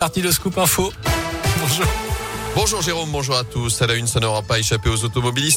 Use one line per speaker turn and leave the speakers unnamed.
Parti de Scoop Info. Bonjour.
Bonjour Jérôme, bonjour à tous. À la une, ça n'aura pas échappé aux automobilistes.